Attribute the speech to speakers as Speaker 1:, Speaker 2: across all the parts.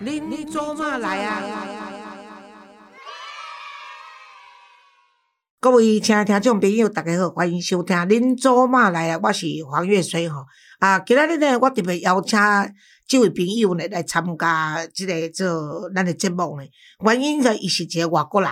Speaker 1: 您您做嘛来啊？各位亲爱听众朋友，大家好，欢迎收听《恁祖妈来啊》，我是黄月水吼。啊，今仔日呢，我特别邀请这位朋友呢来参加即、这个做咱的节目呢。原因呢，伊是一个外国人，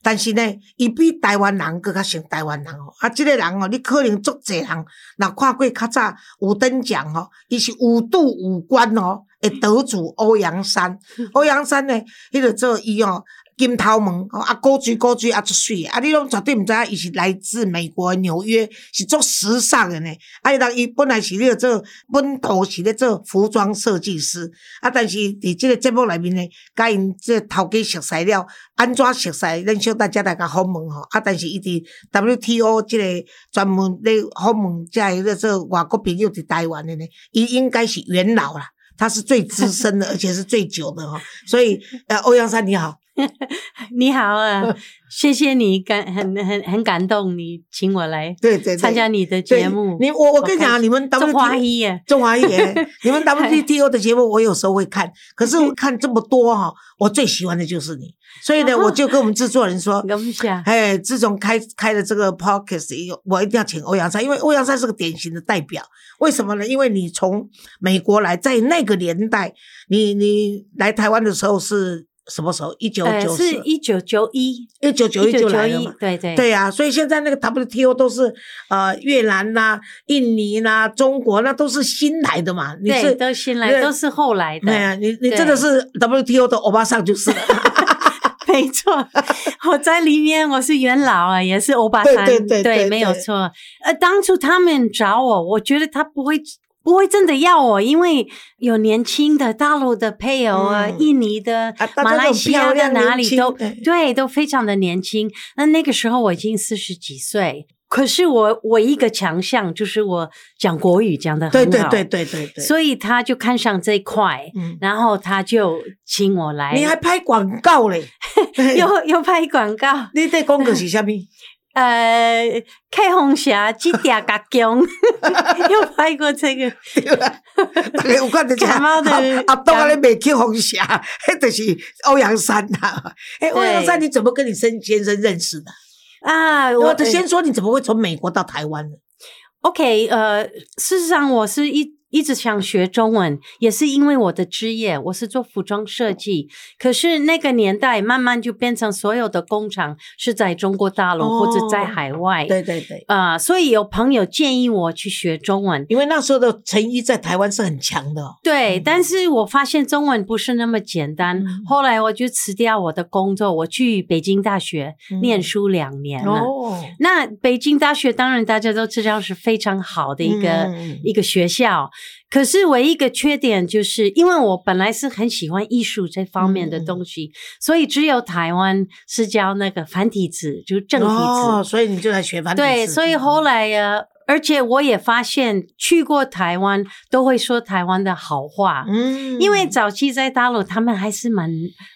Speaker 1: 但是呢，伊比台湾人佫较像台湾人吼。啊，即、这个人哦，你可能足侪人若看过较早五等奖吼，伊哦是五度五冠哦，诶，得主欧阳山。欧阳山呢，迄个做伊哦。金头毛吼，啊，古锥古锥啊，足水啊！你拢绝对毋知影，伊是来自美国纽约，是做时尚的呢。啊，人伊本来是咧做本土是咧做服装设计师，啊，但是伫即个节目内面呢，甲因即头家熟识了，安怎熟识？咱小大家来甲访问吼。啊，但是伊伫 WTO 即个专门咧访问遮个咧做外国朋友伫台湾的呢，伊应该是元老啦，他是最 资深的，而且是最久的吼。所以，呃，欧阳山你好。
Speaker 2: 你好啊，谢谢你感很很很感动，你请我来
Speaker 1: 对对对
Speaker 2: 参加你的节目。
Speaker 1: 你我我跟你讲，啊你们 W
Speaker 2: 中华一耶，
Speaker 1: 中华一 耶，你们 WTO 的节目我有时候会看，可是我看这么多哈，我最喜欢的就是你，所以
Speaker 2: 嗯
Speaker 1: 呢，我就跟我们制作人说，
Speaker 2: 感 谢。
Speaker 1: 哎，自从开开了这个 podcast，我一定要请欧阳山，因为欧阳山是个典型的代表。为什么呢？因为你从美国来，在那个年代，你你来台湾的时候是。什么时候？一九
Speaker 2: 呃，
Speaker 1: 九
Speaker 2: 是一九九一，哎
Speaker 1: 一九九一就来了
Speaker 2: 1991
Speaker 1: 嘛。
Speaker 2: 对对
Speaker 1: 对呀、所以现在那个 WTO 都是呃越南啦、印尼啦、中国那都是新来的嘛。你
Speaker 2: 对，
Speaker 1: 是
Speaker 2: 都新
Speaker 1: 对
Speaker 2: 来，都是后来
Speaker 1: 对
Speaker 2: 的，
Speaker 1: 呀，你你
Speaker 2: 对
Speaker 1: 真的是 WTO 的欧巴桑就是 了。
Speaker 2: 没错。我在里面，我是元老啊，也是欧巴桑，
Speaker 1: 对对对对
Speaker 2: 没有
Speaker 1: 对
Speaker 2: 错。呃，当初他们找我，我觉得他不会。不会真的要我，因为有年轻的大陆的配偶啊，
Speaker 1: 嗯
Speaker 2: 印尼的、
Speaker 1: 啊大家都
Speaker 2: 马来西亚
Speaker 1: 很漂亮
Speaker 2: 的哪里都
Speaker 1: 年轻
Speaker 2: 对，都非常的年轻。那那个时候我已经四十几岁，可是我我一个强项就是我讲国语讲的很
Speaker 1: 对
Speaker 2: 好，
Speaker 1: 对对对对对。
Speaker 2: 所以他就看上这一块，
Speaker 1: 嗯，
Speaker 2: 然后他就请我来，
Speaker 1: 你还拍广告 嘞？哎
Speaker 2: 又又拍广告，
Speaker 1: 你在讲的是什么？
Speaker 2: 呃，开红霞这点嘎 强， 又拍过这个，
Speaker 1: 大家有看得
Speaker 2: 感冒的
Speaker 1: 啊，东啊咧未去红霞，那就是欧阳山呐、 哎，欧阳山，
Speaker 2: 对
Speaker 1: 你怎么跟你先先生认识的？
Speaker 2: 啊，
Speaker 1: 我
Speaker 2: 我
Speaker 1: 的先说，你怎么会从美国到台湾呢？
Speaker 2: OK，呃，事实上我是一一直想学中文，也是因为我的职业，我是做服装设计。可是那个年代，慢慢就变成所有的工厂是在中国大陆、
Speaker 1: 哦
Speaker 2: 或者在海外。
Speaker 1: 对对对。
Speaker 2: 啊、所以有朋友建议我去学中文。
Speaker 1: 因为那时候的成衣在台湾是很强的哦，
Speaker 2: 对，
Speaker 1: 嗯
Speaker 2: 但是我发现中文不是那么简单。
Speaker 1: 嗯
Speaker 2: 后来我就辞掉我的工作，我去北京大学
Speaker 1: 嗯
Speaker 2: 念书两年了。
Speaker 1: 哦，
Speaker 2: 那北京大学当然大家都知道是非常好的一个、
Speaker 1: 嗯
Speaker 2: 一个学校，可是唯一一个缺点就是，因为我本来是很喜欢艺术这方面的
Speaker 1: 嗯
Speaker 2: 东西，所以只有台湾是教那个繁体字，就是正体字。
Speaker 1: 哦，所以你就来学繁体字，嗯
Speaker 2: 对，所以后来呀、而且我也发现，去过台湾都会说台湾的好话。
Speaker 1: 嗯
Speaker 2: 因为早期在大陆，他们还是蛮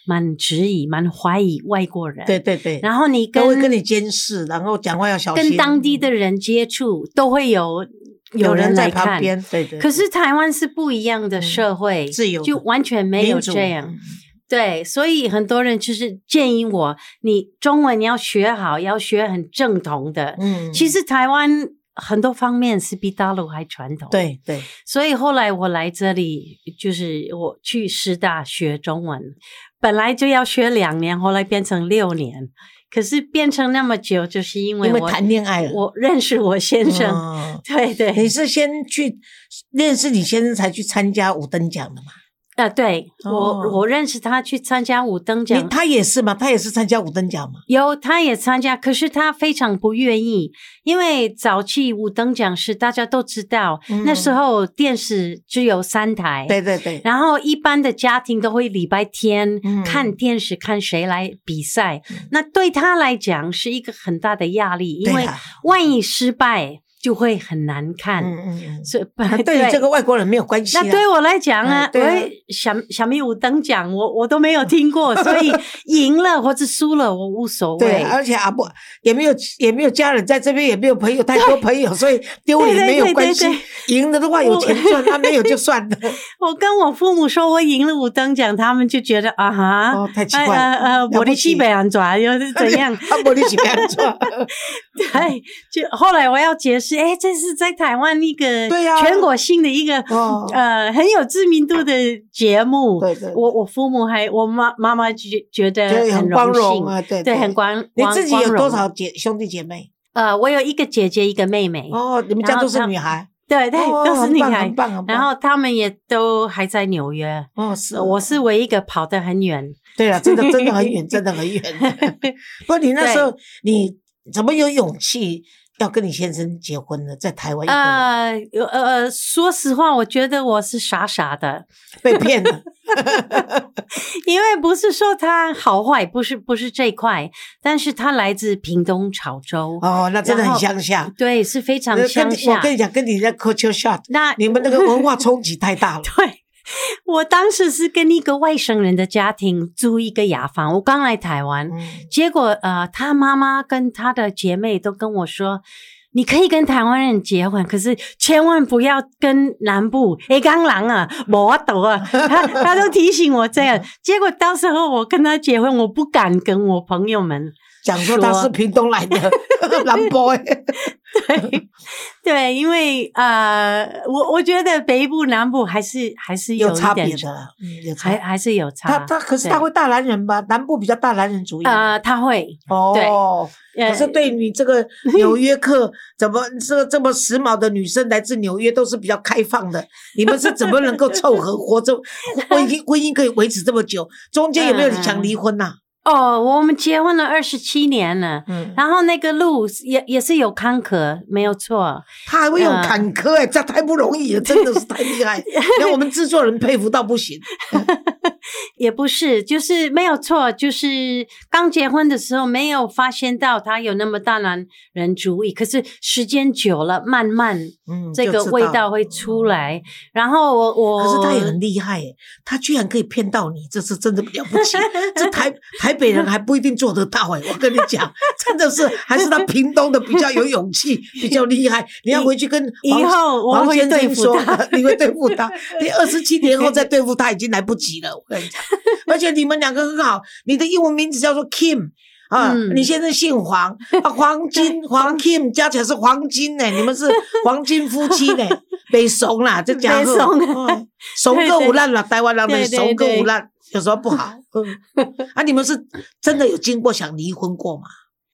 Speaker 2: 蛮质疑、蛮怀疑外国人。
Speaker 1: 对，对对，
Speaker 2: 然后你跟
Speaker 1: 他会跟你监视，然后讲话要小心，
Speaker 2: 跟当地的人接触，都会有
Speaker 1: 有人在
Speaker 2: 来
Speaker 1: 旁
Speaker 2: 看。
Speaker 1: 边，对对，
Speaker 2: 可是台湾是不一样的社会，
Speaker 1: 自由的
Speaker 2: 就完全没有
Speaker 1: 民主
Speaker 2: 这样。，
Speaker 1: 嗯
Speaker 2: 对，所以很多人就是建议我，你中文要学好，要学很正统的。
Speaker 1: 嗯
Speaker 2: 其实台湾很多方面是比大陆还传统。，
Speaker 1: 对对，
Speaker 2: 所以后来我来这里，就是我去师大学中文，本来就要学两年，后来变成六年。可是变成那么久，就是因为
Speaker 1: 因为
Speaker 2: 我
Speaker 1: 谈恋爱了，
Speaker 2: 我认识我先生，
Speaker 1: 嗯
Speaker 2: 对对，
Speaker 1: 你是先去认识你先生才去参加五等奖的嘛？
Speaker 2: 啊、对、
Speaker 1: 哦
Speaker 2: 我我认识他去参加五等
Speaker 1: 你
Speaker 2: 奖，
Speaker 1: 他也是嘛，他也是参加五等奖嘛？
Speaker 2: 有他也参加，可是他非常不愿意，因为早期五等奖是大家都知道，
Speaker 1: 嗯
Speaker 2: 那时候电视只有三台，
Speaker 1: 对对对，
Speaker 2: 然后一般的家庭都会礼拜天
Speaker 1: 嗯
Speaker 2: 看电视，看谁来比赛，那对他来讲是一个很大的压力，因
Speaker 1: 对
Speaker 2: 为
Speaker 1: 啊
Speaker 2: 万一失败。就会很难看。
Speaker 1: 嗯嗯 嗯，
Speaker 2: 所以
Speaker 1: 那对于这个外国人没有关系啊。
Speaker 2: 那对我来讲啊
Speaker 1: 嗯，对啊
Speaker 2: 我也小小米五等奖，我我都没有听过，所以赢了或者输了我无所
Speaker 1: 对
Speaker 2: 谓。
Speaker 1: 而且阿伯也没有也没有家人在这边，也没有朋友，太多朋友，所以丢
Speaker 2: 对
Speaker 1: 脸
Speaker 2: 对
Speaker 1: 没有
Speaker 2: 对
Speaker 1: 关
Speaker 2: 对
Speaker 1: 系
Speaker 2: 对。
Speaker 1: 赢了的话有
Speaker 2: 我
Speaker 1: 钱赚，他没有 就算了。
Speaker 2: 我跟我父母说我赢了五等奖，他们就觉得啊哈，
Speaker 1: 哦，太奇
Speaker 2: 呃
Speaker 1: 怪了。
Speaker 2: 呃呃，
Speaker 1: 不
Speaker 2: 我的
Speaker 1: 起？
Speaker 2: 西北安抓又是怎样
Speaker 1: 阿伯你喜欢做？
Speaker 2: 对，就后来我要解释，哎，这是在台湾一个
Speaker 1: 对呀
Speaker 2: 全国性的一个、
Speaker 1: 哦，
Speaker 2: 呃很有知名度的节目。
Speaker 1: 对对，
Speaker 2: 我我父母还我妈妈妈觉觉得
Speaker 1: 对很光
Speaker 2: 呃荣幸
Speaker 1: 荣，啊，对
Speaker 2: 对，很光
Speaker 1: 你
Speaker 2: 光
Speaker 1: 自己有
Speaker 2: 光
Speaker 1: 多
Speaker 2: 荣啊
Speaker 1: 少姐兄弟姐妹？
Speaker 2: 呃，我有一个姐姐，一个妹妹，
Speaker 1: 哦，你们家
Speaker 2: 然后
Speaker 1: 都是
Speaker 2: 他
Speaker 1: 女孩，
Speaker 2: 对对，
Speaker 1: 哦
Speaker 2: 都是
Speaker 1: 很
Speaker 2: 女
Speaker 1: 棒
Speaker 2: 孩
Speaker 1: 很。棒很棒。
Speaker 2: 然后他们也都还在纽约，
Speaker 1: 哦，是
Speaker 2: 呃我是唯一一个跑得很远。
Speaker 1: 对啊了，真的真的很 远，真的很远。不过你那时候你怎么有勇气要跟你先生结婚呢？在台湾一个人
Speaker 2: 呃呃呃，说实话，我觉得我是傻傻的，
Speaker 1: 被骗了，
Speaker 2: 因为不是说他好坏，不是不是这一块，但是他来自屏东潮州，
Speaker 1: 哦，那真的
Speaker 2: 然
Speaker 1: 很
Speaker 2: 后
Speaker 1: 乡下。
Speaker 2: 对，是非
Speaker 1: 呃
Speaker 2: 常
Speaker 1: 跟
Speaker 2: 乡
Speaker 1: 你我
Speaker 2: 下。
Speaker 1: 跟你讲，跟你在 culture shock，
Speaker 2: 那。
Speaker 1: 你们那个文化冲击太大了
Speaker 2: 对，我当时是跟一个外省人的家庭租一个雅房，我刚来台湾，
Speaker 1: 嗯
Speaker 2: 结果呃，他妈妈跟他的姐妹都跟我说。你可以跟台湾人结婚，可是千万不要跟南部诶刚狼啊、摩斗 啊，他他都提醒我这样。结果到时候我跟他结婚，我不敢跟我朋友们。
Speaker 1: 讲说他是屏东来 的南波，
Speaker 2: 对，因为呃，我我觉得北部南部还是还是
Speaker 1: 有
Speaker 2: 一
Speaker 1: 差别
Speaker 2: 点
Speaker 1: 的，啦，嗯有
Speaker 2: 还
Speaker 1: 差。
Speaker 2: 还是有差。
Speaker 1: 他他可是他会大男人吧？南部比较大男人主义
Speaker 2: 啊、呃，他会
Speaker 1: 哦。
Speaker 2: 呃
Speaker 1: 可是对你这个纽约客， 怎么这个这么时髦的女生来自纽约都是比较开放 的？你们是怎么能够凑合活着婚姻婚姻可以维持这么久？中间有没有想离婚呐？
Speaker 2: 哦，我们结婚了二十七年了。
Speaker 1: 嗯，
Speaker 2: 然后那个路是也也是有坎坷，没有错。
Speaker 1: 他还会
Speaker 2: 嗯
Speaker 1: 用坎坷哎，这太不容易了，真的是太厉 害，让我们制作人佩服到不行。
Speaker 2: 也不是，就是没有错，就是刚结婚的时候没有发现到他有那么大男人主义，可是时间久了，慢慢
Speaker 1: 嗯，
Speaker 2: 这
Speaker 1: 就
Speaker 2: 个
Speaker 1: 知
Speaker 2: 味道会出来。然后我我，
Speaker 1: 可是他也很厉害耶，他居然可以骗到你，这是真的了不起。这 台台北人还不一定做得到哎，我跟你讲，真的是还是他屏东的比较有勇气，比较厉害。你要回去跟
Speaker 2: 以
Speaker 1: 王
Speaker 2: 后我
Speaker 1: 王
Speaker 2: 会
Speaker 1: 先
Speaker 2: 对
Speaker 1: 生
Speaker 2: 付
Speaker 1: 说
Speaker 2: 他。，
Speaker 1: 你会对付 他。你二十七年后再对付他已经来不及了，我跟你讲。而且你们两个很好，你的英文名字叫做 Kim。啊，
Speaker 2: 嗯
Speaker 1: 你先生姓黄，啊，黄金 黄 Kim 加起来是黄金呢、你们是黄金夫妻 呢、被怂啦，这家伙
Speaker 2: 不怂
Speaker 1: 哦怂个无烂了，台湾人
Speaker 2: 对对
Speaker 1: 怂个
Speaker 2: 对
Speaker 1: 无烂，有什么不 好？嗯啊，你们是真的有经过想离婚过吗？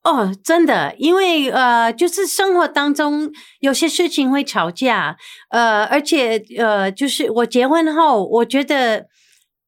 Speaker 2: 哦，真的，因为呃，就是生活当中有些事情会吵架，呃，而且呃，就是我结婚后，我觉得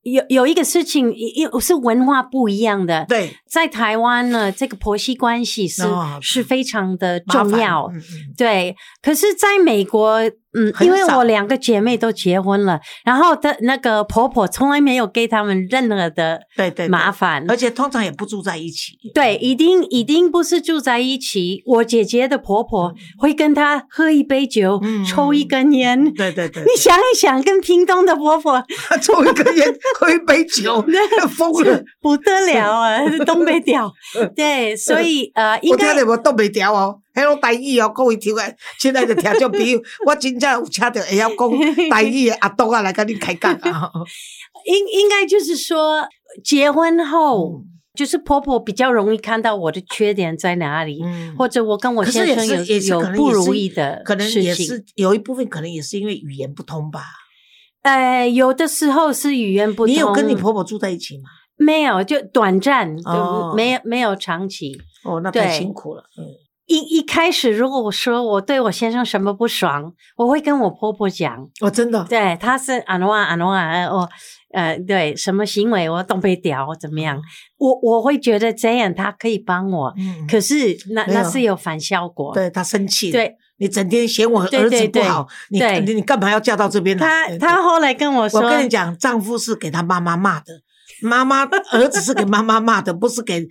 Speaker 2: 有有一个事情，因因是文化不一样的，
Speaker 1: 对，
Speaker 2: 在台湾呢，这个婆媳关系是、
Speaker 1: 哦
Speaker 2: 是非常的
Speaker 1: 麻烦
Speaker 2: 重要。
Speaker 1: 嗯嗯
Speaker 2: 对，可是在美国，嗯，
Speaker 1: 很
Speaker 2: 因为
Speaker 1: 少
Speaker 2: 我两个姐妹都结婚了，然后的那个婆婆从来没有给他们任何的
Speaker 1: 对对，对
Speaker 2: 麻烦，
Speaker 1: 而且通常也不住在一起。
Speaker 2: 对，一定一定不是住在一起。我姐姐的婆婆会跟她喝一杯酒，
Speaker 1: 嗯
Speaker 2: 抽一根烟。你
Speaker 1: 对 对对，
Speaker 2: 想一想，跟屏东的婆 婆
Speaker 1: 他抽一根烟，喝一杯酒，疯了。
Speaker 2: 不得了啊，东北屌。对，所以呃，应
Speaker 1: 我听
Speaker 2: 该
Speaker 1: 到无冻袂调哦，迄种台语哦，各位听诶，亲爱的 听众朋友，我真正有请到会晓 讲台语的阿东啊来跟你开讲啊。
Speaker 2: 应应该就是说，结婚
Speaker 1: 嗯
Speaker 2: 后、就是婆婆比较容易看到我的缺点在哪里，
Speaker 1: 嗯，
Speaker 2: 或者我跟我
Speaker 1: 可是
Speaker 2: 先
Speaker 1: 也
Speaker 2: 生
Speaker 1: 是
Speaker 2: 有
Speaker 1: 也是
Speaker 2: 有
Speaker 1: 可能
Speaker 2: 不
Speaker 1: 也
Speaker 2: 如
Speaker 1: 是
Speaker 2: 意的
Speaker 1: 可能也
Speaker 2: 事情。
Speaker 1: 是有一部分，可能也是因为语言不通吧。
Speaker 2: 呃，有的时候是语言不通。
Speaker 1: 你有跟你婆婆住在一起吗？
Speaker 2: 没有，就短暂，就
Speaker 1: 哦
Speaker 2: 没有没有长期。
Speaker 1: 哦，那太
Speaker 2: 对
Speaker 1: 辛苦了。嗯，
Speaker 2: 一一开始，如果我说我对我先生什么不爽，我会跟我婆婆讲，
Speaker 1: 哦，真的。
Speaker 2: 对，他是啊安诺安诺安哦，呃，对，什么行为我都被屌，怎么样？我我会觉得这样他可以帮我，
Speaker 1: 嗯，
Speaker 2: 可是那
Speaker 1: 没有
Speaker 2: 那是有反效果，
Speaker 1: 对嗯她生气，
Speaker 2: 对，
Speaker 1: 你整天嫌我
Speaker 2: 对
Speaker 1: 儿子
Speaker 2: 对
Speaker 1: 不
Speaker 2: 对
Speaker 1: 好，你
Speaker 2: 对
Speaker 1: 你你干嘛要嫁到这边来？
Speaker 2: 他
Speaker 1: 嗯
Speaker 2: 他后来跟我说，
Speaker 1: 我跟你讲，丈夫是给他妈妈骂的，妈妈儿子是给妈 妈骂的，不是给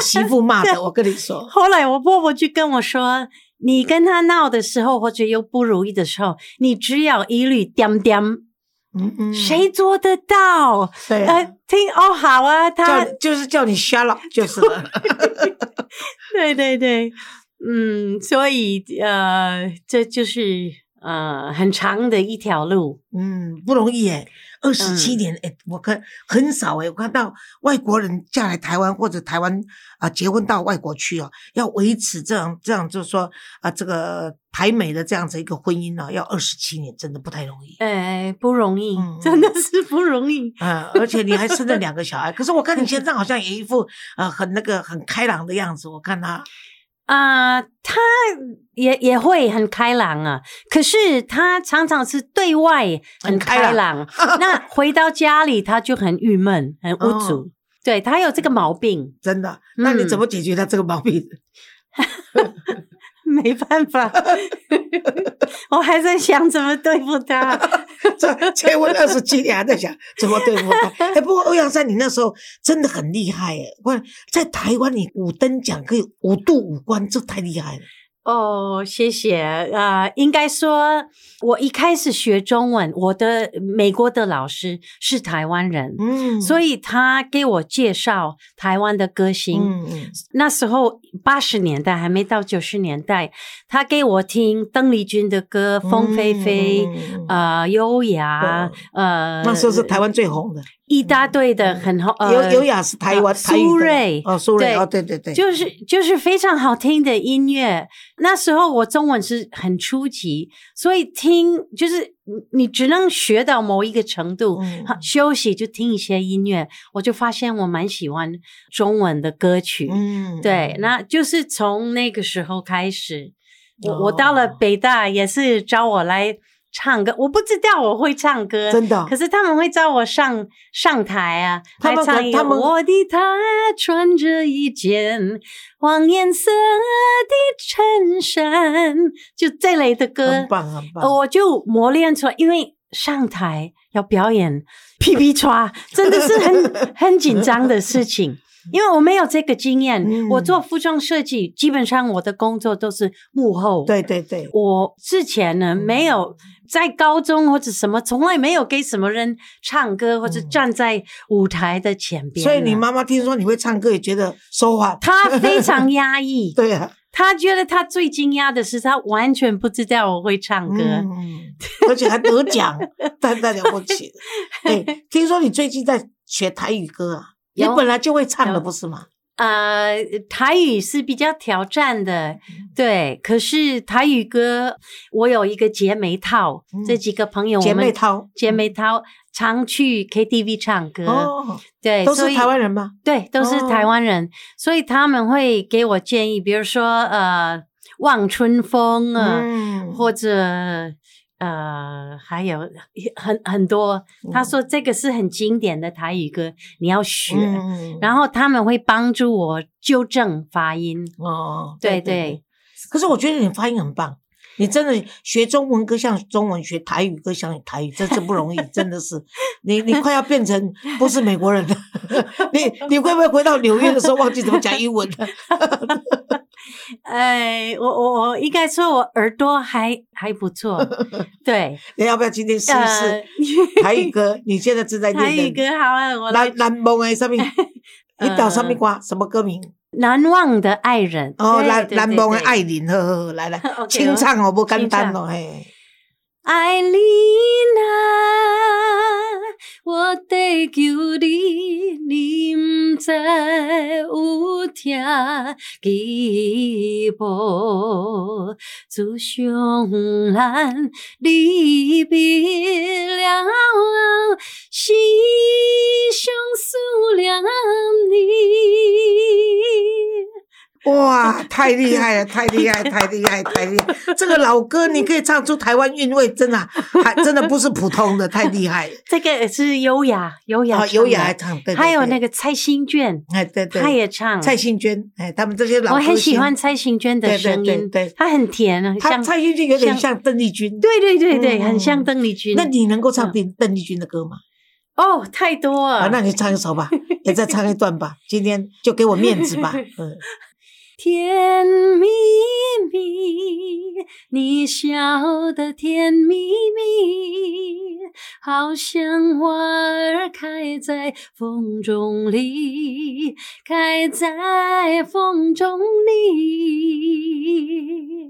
Speaker 1: 媳妇骂的。我跟你说，
Speaker 2: 后来我婆婆就跟我说：“你跟他闹的时候，或者有不如意的时候，你只要一律点点，
Speaker 1: 嗯嗯，
Speaker 2: 谁做得到？
Speaker 1: 对啊、
Speaker 2: 呃，听哦，好啊，他
Speaker 1: 叫就是叫你 shut up 就是了。
Speaker 2: 对对对，嗯，所以呃，这就是呃很长的一条路，
Speaker 1: 嗯，不容易耶，二十七年哎、我看很少哎，我看到外国人嫁来台湾或者台湾啊、结婚到外国去哦，要维持这样这样就是说啊、这个台美的这样子一个婚姻呢、要二十七年，真的不太容易。
Speaker 2: 哎，不容易，
Speaker 1: 嗯嗯
Speaker 2: 真的是不容易。
Speaker 1: 啊、而且你还生了两个小孩，可是我看你先生好像也一副啊、呃很那个很开朗的样子，我看他，
Speaker 2: 啊、他也也会很开朗啊，可是他常常是对外很
Speaker 1: 很开
Speaker 2: 开朗， 那回到家里他就很郁闷、很无助。
Speaker 1: 哦
Speaker 2: 对他有这个 毛病，
Speaker 1: 真的，那你怎么解决他这个毛病？
Speaker 2: 没 办法，我还在想怎么对付他。
Speaker 1: 这结婚二十七年还在想怎么对付他。哎，不过欧阳山，你那时候真的很厉害哎！我在台湾，你五等奖可以五度五关，这太厉害了。
Speaker 2: 哦，谢谢。呃，应该说，我一开始学中文，我的美国的老师是台湾人，
Speaker 1: 嗯，
Speaker 2: 所
Speaker 1: 以
Speaker 2: 以他给我介绍台湾的歌星。
Speaker 1: 嗯嗯
Speaker 2: 那时候八十年代还没到九十年代，他给我听邓丽君的歌，《风飞飞》
Speaker 1: 嗯嗯嗯
Speaker 2: 呃，优雅，呃，
Speaker 1: 那时候是台湾嗯最红的，
Speaker 2: 一大堆的很好，
Speaker 1: 尤
Speaker 2: 呃，
Speaker 1: 尤雅是台湾
Speaker 2: 呃
Speaker 1: 台语的
Speaker 2: 苏芮
Speaker 1: 哦，苏芮
Speaker 2: 对
Speaker 1: 哦，对对对，
Speaker 2: 就是就是非常好听的音乐。那时候我中文是很初级，所以听就是你你只能学到某一个程度，
Speaker 1: 嗯
Speaker 2: 好休息就听一些音乐。我就发现我蛮喜欢中文的歌曲，
Speaker 1: 嗯
Speaker 2: 对，那就是从那个时候开始，我、我
Speaker 1: 哦
Speaker 2: 到了北大也是找我来唱歌，我不知道我会唱歌，
Speaker 1: 真的哦
Speaker 2: 可是他们会找我上上台啊，
Speaker 1: 他们
Speaker 2: 来唱一个
Speaker 1: 可他们
Speaker 2: 我的他穿着一件黄颜色的衬衫，就这类的歌
Speaker 1: 很，棒很棒
Speaker 2: 呃，。我就磨练出来，因为上台要 表演噼噼唰，真的是很很紧张的事情。因为我没有这个经验，
Speaker 1: 嗯
Speaker 2: 我做服装设计，基本上我的工作都是幕后。，
Speaker 1: 对嗯对对，
Speaker 2: 我之前呢，没有在高中或者什么，从来没有给什么人唱歌或者
Speaker 1: 嗯
Speaker 2: 站在舞台的前边。啊
Speaker 1: 所以你？妈妈听说你会唱歌，也觉得说话，
Speaker 2: 她非常压 抑，
Speaker 1: 对啊，
Speaker 2: 她觉得她最惊讶的是，她完全不知道我会唱歌。啊
Speaker 1: 嗯，而且还得 奖，太太了不起了。对，听说你最近在学台语歌啊？你
Speaker 2: 有
Speaker 1: 本来就会唱
Speaker 2: 有
Speaker 1: 了，不是吗？
Speaker 2: 呃，台语是比较挑战的，
Speaker 1: 嗯
Speaker 2: 对。可是台语歌，我有一个姐妹套，
Speaker 1: 嗯
Speaker 2: 这几个朋友，
Speaker 1: 姐
Speaker 2: 我
Speaker 1: 妹
Speaker 2: 们
Speaker 1: 淘
Speaker 2: 姐妹套常去 KTV 唱歌，
Speaker 1: 嗯哦，
Speaker 2: 对，
Speaker 1: 都
Speaker 2: 呃哎所
Speaker 1: 是
Speaker 2: 以
Speaker 1: 台湾人吗？
Speaker 2: 对，都是
Speaker 1: 哦
Speaker 2: 台湾人，所以他们会给我建议，比如说呃，《望春风》啊，
Speaker 1: 嗯，
Speaker 2: 或者呃，还有很很多。他说这个是很经典的台语歌，你要学。
Speaker 1: 嗯，
Speaker 2: 然后他们会帮助我纠正发音。
Speaker 1: 后哦，
Speaker 2: 对对
Speaker 1: 对。可是我觉得你发音很棒，你真的学中文歌像中文，学台语歌像台语，真是不 容易，真的是。你你快要变成不是美国人 了，你你会不会回到纽约的时候忘记怎么讲英文 了？
Speaker 2: 哎，我我我应该说我耳朵还还不 错，对，
Speaker 1: 你要不要今天试一试？
Speaker 2: 呃，
Speaker 1: 台语歌，你现在正在
Speaker 2: 台呃语
Speaker 1: 念的
Speaker 2: 歌好啊，我来
Speaker 1: 南南梦的什么？
Speaker 2: 呃
Speaker 1: 你找什么歌？什么歌名？
Speaker 2: 难忘的爱人
Speaker 1: 哦，
Speaker 2: 对
Speaker 1: 南
Speaker 2: 对
Speaker 1: 南
Speaker 2: 对
Speaker 1: 梦的
Speaker 2: 对
Speaker 1: 爱人，呵呵，呵来来
Speaker 2: OK，，
Speaker 1: 清唱哦，不简单
Speaker 2: 清
Speaker 1: 哦，嘿，
Speaker 2: 爱你呐，我地求你，你毋知有疼记无？自从咱离别了后，是相思了你。
Speaker 1: 哇，太厉害了，太厉害，太厉害，太厉害！这个老歌你可以唱出台湾韵味，真 的啊，还真的不是普通的，太厉害了。
Speaker 2: 这个是优雅，优雅
Speaker 1: 啊，
Speaker 2: 唱的，
Speaker 1: 优雅还唱，对，对
Speaker 2: 还有
Speaker 1: 对
Speaker 2: 那个蔡幸娟，
Speaker 1: 哎，对
Speaker 2: 她
Speaker 1: 对，
Speaker 2: 也唱。
Speaker 1: 蔡幸娟，哎，他们这些老
Speaker 2: 我
Speaker 1: 歌星，
Speaker 2: 很喜欢蔡幸娟的声
Speaker 1: 对对
Speaker 2: 音，
Speaker 1: 对对
Speaker 2: 她很甜，很
Speaker 1: 她，
Speaker 2: 像，
Speaker 1: 蔡幸娟有点
Speaker 2: 像
Speaker 1: 像邓丽君。
Speaker 2: 对嗯对对对，
Speaker 1: 嗯
Speaker 2: 很像邓丽君。
Speaker 1: 那你能够唱邓邓丽君的歌吗？
Speaker 2: 哦，太多
Speaker 1: 啊，那
Speaker 2: 了。
Speaker 1: 你唱一首 吧，也再唱一段吧。今 天就给我面子吧。嗯，
Speaker 2: 甜蜜蜜，你笑得甜蜜蜜，好像花儿开在风中里，开在风中里。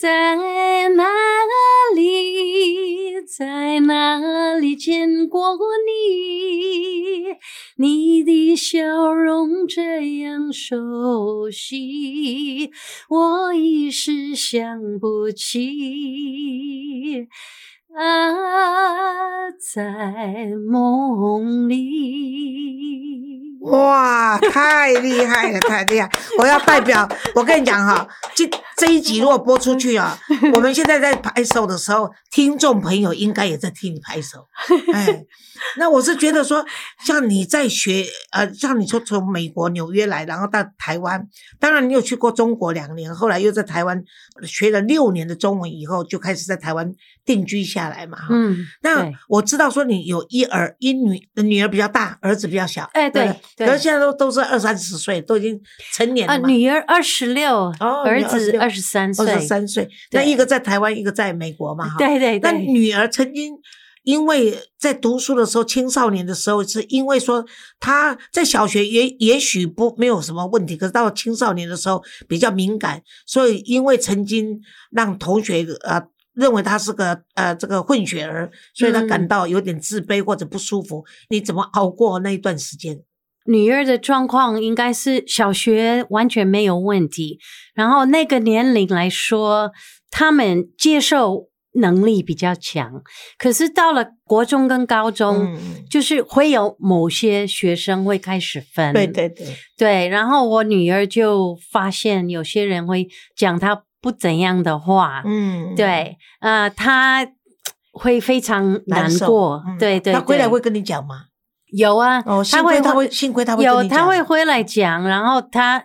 Speaker 2: 在哪里，在哪里见过你？你的笑容这样熟悉，我一时想不起。啊，在梦里。
Speaker 1: 哇，太厉害了，太厉害！我要代表，我跟你讲哈、这这一集如果播出去 啊，我们现在在拍手的时候，听众朋友应该也在听你拍手。哎，那我是觉得说，像你在学，呃，像你说从美国纽约来，然后到台湾，当然你有去过中国两年，后来又在台湾学了六年的中文以后，就开始在台湾定居下来嘛。哈
Speaker 2: 嗯，
Speaker 1: 那
Speaker 2: 对
Speaker 1: 我知道说你有一儿一女，女儿比较大，儿子比较小。
Speaker 2: 哎对
Speaker 1: 不
Speaker 2: 对
Speaker 1: 可是现在都都是二三十岁，都已经成年
Speaker 2: 啊，
Speaker 1: 了嘛。
Speaker 2: 女儿二十六，
Speaker 1: 哦
Speaker 2: 儿子
Speaker 1: 女儿
Speaker 2: 二十三岁，
Speaker 1: 二十三岁，那
Speaker 2: 对
Speaker 1: 一个在台湾，一个在美国嘛。哈。
Speaker 2: 对对
Speaker 1: 那
Speaker 2: 对，
Speaker 1: 女儿曾经因为在读书的时候，青少年的时候，是因为说她在小学也也许不没有什么问题，可是到了青少年的时候比较敏感，所以因为曾经让同学呃认为她是个呃这个混血儿，所以她感
Speaker 2: 嗯
Speaker 1: 到有点自卑或者不舒服。你怎么熬过那一段时间？
Speaker 2: 女儿的状况应该是小学完全没有问题，然后那个年龄来说，他们接受能力比较强，可是到了国中跟高中。
Speaker 1: 嗯，
Speaker 2: 就是会有某些学生会开始分，
Speaker 1: 对对
Speaker 2: 嗯
Speaker 1: 对，
Speaker 2: 对，然后我女儿就发现有些人会讲她不怎样的话，
Speaker 1: 嗯，
Speaker 2: 对，呃，她会非常难
Speaker 1: 受
Speaker 2: 过，
Speaker 1: 嗯
Speaker 2: 对对
Speaker 1: 她回来
Speaker 2: 对
Speaker 1: 会跟你讲吗？
Speaker 2: 有啊，
Speaker 1: 哦，
Speaker 2: 她
Speaker 1: 幸
Speaker 2: 会
Speaker 1: 亏她会，幸亏她会
Speaker 2: 有
Speaker 1: 跟你讲
Speaker 2: 她会回来讲，然后她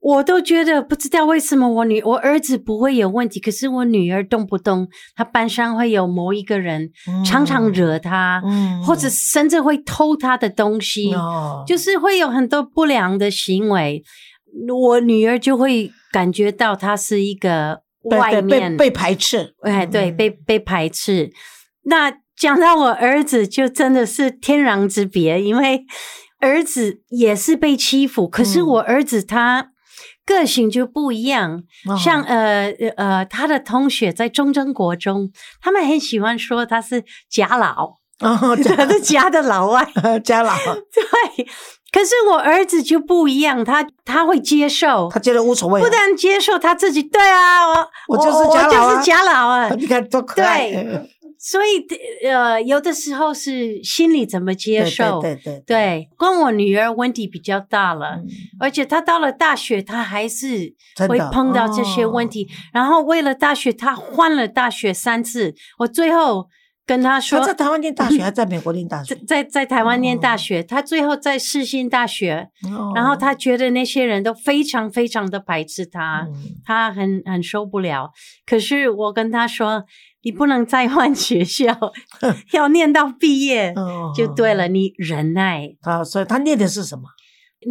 Speaker 2: 我都觉得不知道为什么我女我儿子不会有问题，可是我女儿动不动她班上会有某一个人常常
Speaker 1: 嗯
Speaker 2: 惹她，
Speaker 1: 嗯
Speaker 2: 或者甚至会偷她的东西，
Speaker 1: 哦，
Speaker 2: 就是会有很多不良的行为，我女儿就会感觉到她是一个
Speaker 1: 被
Speaker 2: 外
Speaker 1: 被
Speaker 2: 面
Speaker 1: 被被排斥，
Speaker 2: 哎，对，
Speaker 1: 嗯
Speaker 2: 被被排斥。那讲到我儿子，就真的是天壤之别，因为儿子也是被欺负，可是
Speaker 1: 嗯
Speaker 2: 我儿子他个性就不一样。
Speaker 1: 哦
Speaker 2: 像呃呃，他的同学在中正国中，他们很喜欢说他是假老，
Speaker 1: 哦
Speaker 2: 他是假的老外。
Speaker 1: 家 家 老，
Speaker 2: 对，可是我儿子就不一样，他他会接受。
Speaker 1: 他觉得无所谓啊
Speaker 2: 不，但接受他自己，对啊，我
Speaker 1: 我就是
Speaker 2: 我
Speaker 1: 假老
Speaker 2: 就
Speaker 1: 啊
Speaker 2: 是假老啊，
Speaker 1: 你看多可爱，
Speaker 2: 对
Speaker 1: 嗯
Speaker 2: 所以呃，有的时候是心里怎么接受。呃
Speaker 1: 对对对对，
Speaker 2: 对跟我女儿问题比较大了，
Speaker 1: 嗯
Speaker 2: 而且她到了大学，她还是
Speaker 1: 真的哦
Speaker 2: 会碰到这些问题。然后为了大学，她换了大学三次。我最后跟她说
Speaker 1: 他，在台湾念大学，还在美国念大学，
Speaker 2: 在在台湾念大学，她最后在世新大学，
Speaker 1: 哦
Speaker 2: 然后她觉得那些人都非常非常的排斥她。
Speaker 1: 嗯
Speaker 2: 他很很受不了。可是我跟他说，你不能再换学校，要念到毕业
Speaker 1: 哦
Speaker 2: 呃就对了。你忍耐，
Speaker 1: 啊，所以他念的是什么？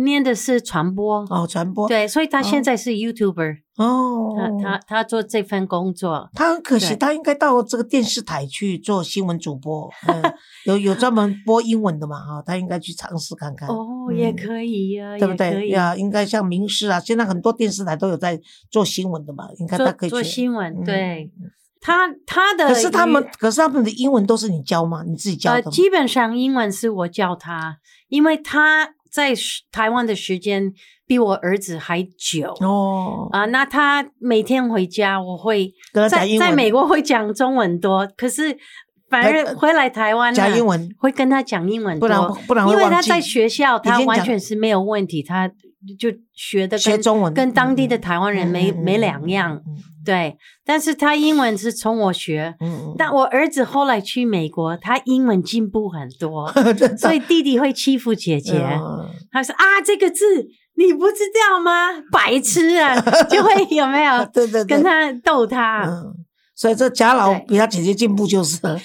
Speaker 2: 念的是传播，
Speaker 1: 哦，传播，
Speaker 2: 对，所以他
Speaker 1: 哦
Speaker 2: 现在是 YouTuber，、
Speaker 1: 哦，啊
Speaker 2: 他他他做这份工作。
Speaker 1: 他很可惜，
Speaker 2: 对
Speaker 1: 他应该到这个电视台去做新闻主播， 嗯，有有专门播英文的嘛，哈，他应该去尝试看看。
Speaker 2: 哦，
Speaker 1: 嗯
Speaker 2: 也可以呀、
Speaker 1: 对不
Speaker 2: 也可
Speaker 1: 对
Speaker 2: 以
Speaker 1: 呀？应该像明视啊，现在很多电视台都有在做新闻的嘛，应该他
Speaker 2: 做
Speaker 1: 可以
Speaker 2: 做
Speaker 1: 去
Speaker 2: 新闻，
Speaker 1: 嗯
Speaker 2: 对他他的
Speaker 1: 可是他
Speaker 2: 语
Speaker 1: 们，可是他们的英文都是你教吗？你自己教
Speaker 2: 呃，
Speaker 1: 的吗？
Speaker 2: 基本上英文是我教他，因为他在时台湾的时间比我儿子还久。
Speaker 1: 哦，
Speaker 2: 啊、那他每天回家，我会
Speaker 1: 跟他
Speaker 2: 在
Speaker 1: 讲英文，
Speaker 2: 在美国会讲中文多，可是反
Speaker 1: 他
Speaker 2: 而回来台湾呢
Speaker 1: 讲英文，
Speaker 2: 会跟他讲英文
Speaker 1: 不
Speaker 2: 多，
Speaker 1: 然不然会
Speaker 2: 因为
Speaker 1: 忘
Speaker 2: 他
Speaker 1: 记
Speaker 2: 在学校
Speaker 1: 已
Speaker 2: 他
Speaker 1: 经
Speaker 2: 完
Speaker 1: 讲
Speaker 2: 全是没有问题，他就学的
Speaker 1: 学
Speaker 2: 跟
Speaker 1: 中文，
Speaker 2: 跟当地的
Speaker 1: 嗯
Speaker 2: 台湾人没、没两样，。
Speaker 1: 嗯嗯
Speaker 2: 对，但是他英文是从我学。
Speaker 1: 嗯嗯嗯嗯嗯，，
Speaker 2: 但我儿子后来去美国，他英文进步很多
Speaker 1: 真的
Speaker 2: 所以弟弟会欺负姐姐。
Speaker 1: 嗯
Speaker 2: 他说啊，这个字你不知 道吗？白痴啊，就会有没
Speaker 1: 啊
Speaker 2: 有
Speaker 1: 对 对对，
Speaker 2: 跟他逗他？
Speaker 1: 嗯，所以这贾老
Speaker 2: 对
Speaker 1: 比他姐姐进步就是了，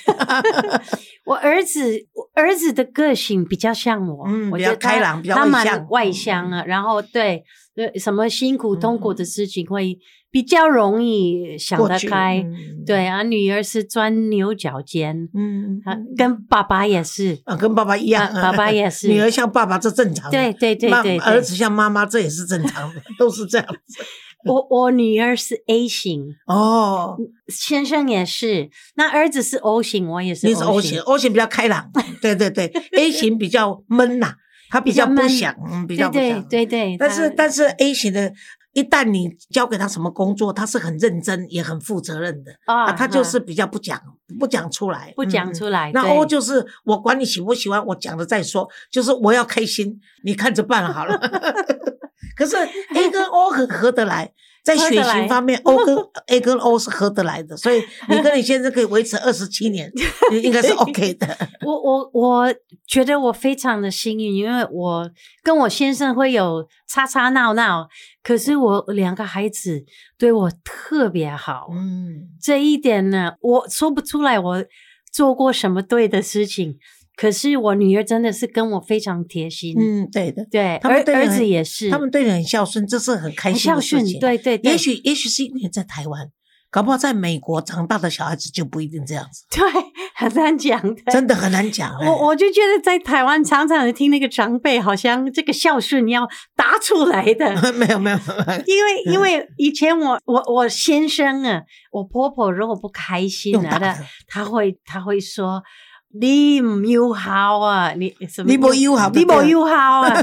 Speaker 2: 我儿子，我儿子的个性比较像我，
Speaker 1: 嗯
Speaker 2: 我
Speaker 1: 比
Speaker 2: 觉
Speaker 1: 较
Speaker 2: 得他
Speaker 1: 开朗比较
Speaker 2: 他
Speaker 1: 外
Speaker 2: 蛮
Speaker 1: 向嗯
Speaker 2: 外向啊。然后对呃什么辛苦痛苦的事情会比较容易想
Speaker 1: 嗯过
Speaker 2: 得
Speaker 1: 去
Speaker 2: 开。，
Speaker 1: 嗯，
Speaker 2: 对啊，女儿是钻牛角尖，
Speaker 1: 嗯，
Speaker 2: 啊
Speaker 1: 嗯，
Speaker 2: 跟爸爸也 是，
Speaker 1: 啊，跟爸爸一样，
Speaker 2: 啊爸爸也是
Speaker 1: 女儿像爸爸这正常，
Speaker 2: 对对对
Speaker 1: 妈
Speaker 2: 对
Speaker 1: 儿
Speaker 2: 对。
Speaker 1: 子像妈妈这也是正常的，都是这样子。
Speaker 2: 我我女儿是 A 型，
Speaker 1: 哦，
Speaker 2: 先生也是，那儿子是 O 型，我 也是
Speaker 1: 你是 O 型，O 型比较开 朗，对对对，A 型比较闷呐，他比较
Speaker 2: 比
Speaker 1: 不
Speaker 2: 较闷
Speaker 1: 想，嗯比
Speaker 2: 对
Speaker 1: 较不
Speaker 2: 对
Speaker 1: 想，
Speaker 2: 对对。
Speaker 1: 但是
Speaker 2: 他
Speaker 1: 但是 A 型的，一旦你交给他什么工作，他是很认真也很负责任的啊，
Speaker 2: 啊
Speaker 1: 他就是比较不讲不讲出来，
Speaker 2: 不讲
Speaker 1: 来。
Speaker 2: 出来。
Speaker 1: 那
Speaker 2: 哎对
Speaker 1: O 就是我管你喜不喜欢，我讲了再说，就是我要开心，你看着办好了。 可是 A 跟 O 很合得来，在
Speaker 2: 合得
Speaker 1: 血型
Speaker 2: 来
Speaker 1: 方面，O 跟 A 跟 O 是合得来的，所以你跟你先生可以维持二十七 年，你应该是 OK 的。
Speaker 2: 我我我觉得我非常的幸运，因为我跟我先生会有吵吵闹闹，可是我两个孩子对我特别好，
Speaker 1: 嗯，
Speaker 2: 这一点呢，我说不出来我做过什么对的事情，可是我女儿真的是跟我非常贴心，
Speaker 1: 嗯，对的，
Speaker 2: 对，
Speaker 1: 他们
Speaker 2: 儿
Speaker 1: 对
Speaker 2: 儿
Speaker 1: 你很
Speaker 2: 子也是，
Speaker 1: 他们对你很孝顺，这是很开
Speaker 2: 很
Speaker 1: 心
Speaker 2: 孝
Speaker 1: 的事
Speaker 2: 顺
Speaker 1: 情，。
Speaker 2: 对对对，
Speaker 1: 也许也许是因为在台湾，搞不好在美国长大的小孩子就不一定这样子，
Speaker 2: 对很难讲的，
Speaker 1: 真的很难讲。哎
Speaker 2: 我我就觉得在台湾常常地听那个长辈，好像这个孝顺要打出来 的。
Speaker 1: 哎没有没有， 没有
Speaker 2: 因为因为以前我我我先生啊，我婆婆如果不开心
Speaker 1: 用
Speaker 2: 啊，
Speaker 1: 打
Speaker 2: 她
Speaker 1: 的
Speaker 2: 她会她会说你唔友好啊，你什么
Speaker 1: 你不友好就对
Speaker 2: 你不
Speaker 1: 了
Speaker 2: 友 好啊，